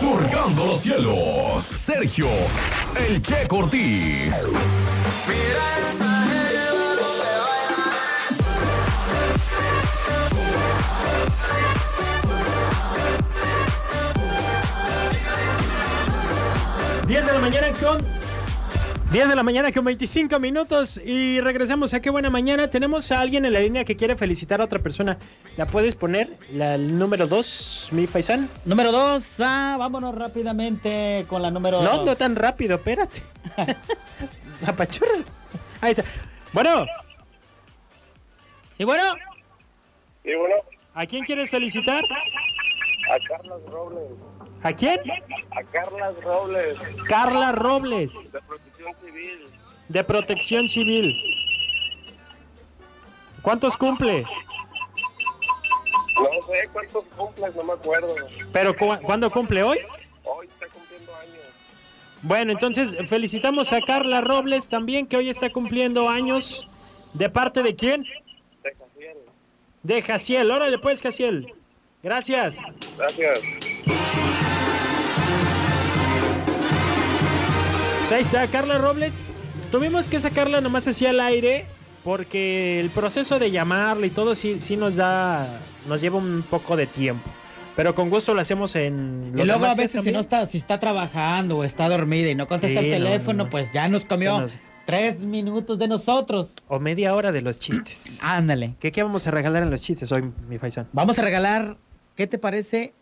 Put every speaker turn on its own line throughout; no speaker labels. Surcando los cielos, Sergio, el Che Cortés.
Mira esa jeva donde baila.
10 de la mañana con 10 de la mañana con 25 minutos y regresamos a qué buena mañana. Tenemos a alguien en la línea que quiere felicitar a otra persona. ¿La puedes poner? La número 2, mi Faisán.
Número 2, ah, vámonos rápidamente con la número 2.
No, no tan rápido, espérate. la pachurra. Ahí está. Bueno.
¿Sí, bueno?
Sí, bueno.
¿A quién quieres felicitar?
A Carlos Robles.
¿A quién?
A Carla Robles.
Carla Robles.
De Protección Civil.
De Protección Civil. ¿Cuántos cumple?
No sé cuántos cumple, no me acuerdo.
¿Pero cu cuándo cumple? ¿Hoy?
Hoy está cumpliendo años.
Bueno, entonces felicitamos a Carla Robles también, que hoy está cumpliendo años. ¿De parte de quién?
De Jaciel.
De Jaciel. Órale, pues, Jaciel. Gracias.
Gracias.
6 a Pues, Carla Robles. Tuvimos que sacarla nomás hacia el aire porque el proceso de llamarla y todo sí, sí nos da, nos lleva un poco de tiempo. Pero con gusto lo hacemos en...
Y luego a veces si, no está, si está trabajando o está dormida y no contesta
Sí,
el
no, no,
teléfono,
no.
pues ya nos comió
Se nos-
tres minutos de nosotros.
O media hora de los chistes.
Ándale.
¿Qué, ¿Qué vamos a regalar en los chistes hoy, mi Faisán?
Vamos a regalar, ¿qué te parece?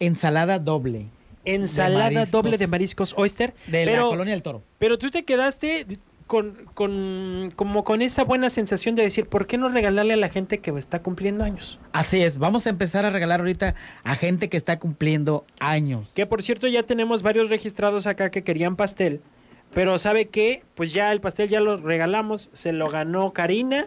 Ensalada doble
Ensalada
mariscos.
doble de mariscos oyster.
de la
pero,
Colonia del Toro.
pero tú te quedaste con, con, como con esa buena sensación de decir, ¿por qué no regalarle a la gente que está cumpliendo años?
Así es, vamos a empezar a regalar ahorita a gente que está cumpliendo años.
Que por cierto ya tenemos varios registrados acá que querían pastel, pero sabe qué, pues ya el pastel ya lo regalamos, se lo ganó Karina,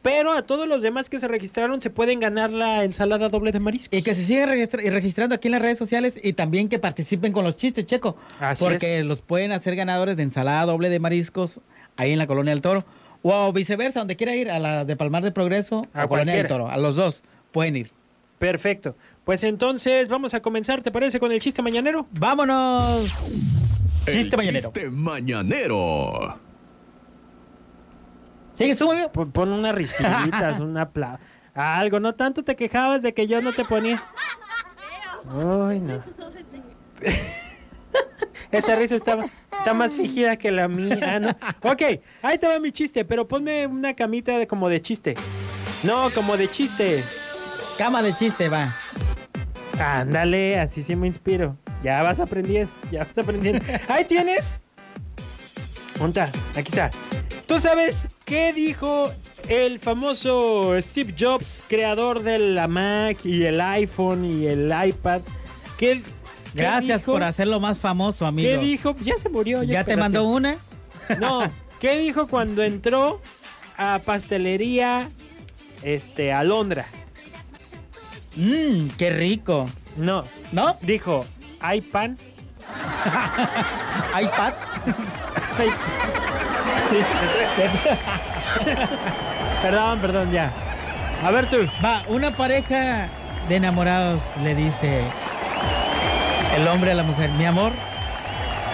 pero a todos los demás que se registraron se pueden ganar la ensalada doble de mariscos.
Y que se sigan registra- y registrando aquí en las redes sociales y también que participen con los chistes, Checo.
Así
porque los pueden hacer ganadores de ensalada doble de mariscos ahí en la Colonia del Toro. O viceversa, donde quiera ir, a la de Palmar de Progreso
A
a Colonia
cualquiera.
del Toro. A los dos pueden ir.
Perfecto. Pues entonces vamos a comenzar, ¿te parece con el chiste mañanero?
¡Vámonos!
El
Chiste mañanero.
Chiste mañanero.
¿Sigues tú, amigo?
Pon, pon unas risitas, una pla... Algo, no tanto te quejabas de que yo no te ponía. Ay, no. Esa risa está, está más fingida que la mía. Ah, no. Ok, ahí te va mi chiste, pero ponme una camita de, como de chiste. No, como de chiste.
Cama de chiste, va.
Ándale, así sí me inspiro. Ya vas aprendiendo, ya vas aprendiendo. Ahí tienes. Monta, aquí está. ¿Tú sabes qué dijo el famoso Steve Jobs, creador de la Mac y el iPhone y el iPad? ¿Qué, qué
Gracias
dijo?
por hacerlo más famoso, amigo.
¿Qué dijo? Ya se murió.
¿Ya te mandó una?
un... No, ¿qué dijo cuando entró a pastelería este, Alondra?
Mmm, qué rico.
No,
¿No?
dijo, ¿hay pan?
iPad.
Ay. perdón, perdón, ya. A ver tú.
Va, una pareja de enamorados le dice el hombre a la mujer, mi amor,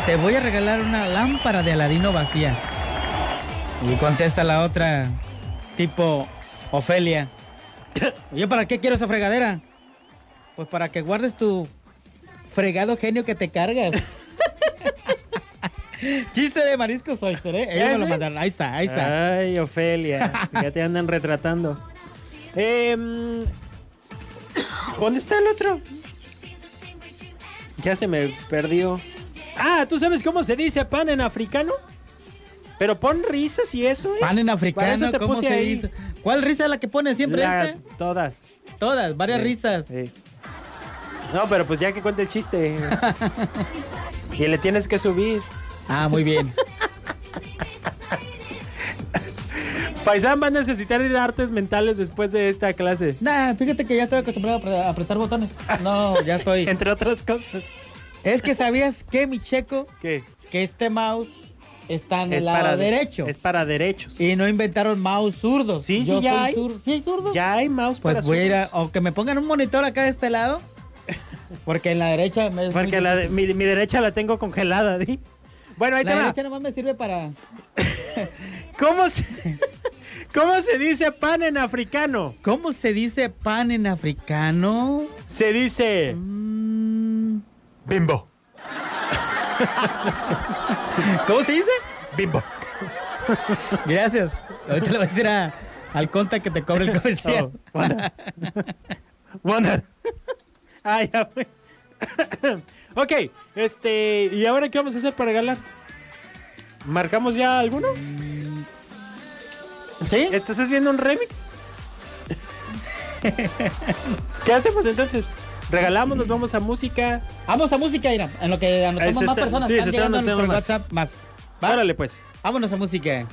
te voy a regalar una lámpara de Aladino vacía. Y contesta la otra, tipo Ofelia. ¿Yo para qué quiero esa fregadera? Pues para que guardes tu fregado genio que te cargas. Chiste de mariscos hoy, ¿eh? Ellos me lo
¿Ese?
mandaron. Ahí está, ahí
Ah.
está.
Ay, Ofelia. ya te andan retratando. Em, ¿Dónde está el otro? Ya se me perdió. Ah, ¿tú sabes cómo se dice pan en africano? Pero pon risas y eso, ¿eh?
Pan en
Para
africano,
eso te
¿cómo
puse
se
ahí.
dice? ¿Cuál risa es la que pone siempre?
La-
esta?
Todas.
Todas, varias
Sí,
risas.
sí. No, pero pues ya que cuente el chiste. y le tienes que subir.
Ah, muy bien.
Paisán va a necesitar ir a artes mentales después de esta clase.
nah, fíjate que ya estoy acostumbrado a apre- a apretar botones. No, ya estoy.
Entre otras cosas.
es que sabías que, mi checo,
¿Qué?
que este mouse está en el lado derecho.
Es para derechos.
Y no inventaron mouse zurdos.
Sí, sí,
Yo
ya
soy
hay.
zur- ¿Sí hay zurdo?
Ya hay mouse para
Pues voy a ir a,
zurdos.
o que me pongan un monitor acá de este lado. Porque en la derecha me es
Porque
muy
la de-
difícil.
mi, mi derecha la tengo congelada, ¿sí? Bueno, ahí
La
te va.
derecha nomás me sirve para
¿Cómo se, ¿Cómo se dice pan en africano?
¿Cómo se dice pan en africano?
Se dice
Mm,
bimbo.
¿Cómo se dice?
Bimbo.
Gracias. Ahorita le voy a decir a- al conta que te cobre el comercial.
Oh, Wanda. Wanda. Ah, ya fue. ok, este. ¿Y ahora qué vamos a hacer para regalar? ¿Marcamos ya alguno? Oh.
¿Sí?
¿Estás haciendo un remix? ¿Qué hacemos entonces? ¿Regalamos? ¿Nos vamos a música?
Vamos a música, Ira. En lo que anotamos
Ahí se
más
está-
personas
sí,
que
se
están
están
llegando a nuestro
anotando más.
WhatsApp más. ¿Va?
Órale, pues.
Vámonos a música.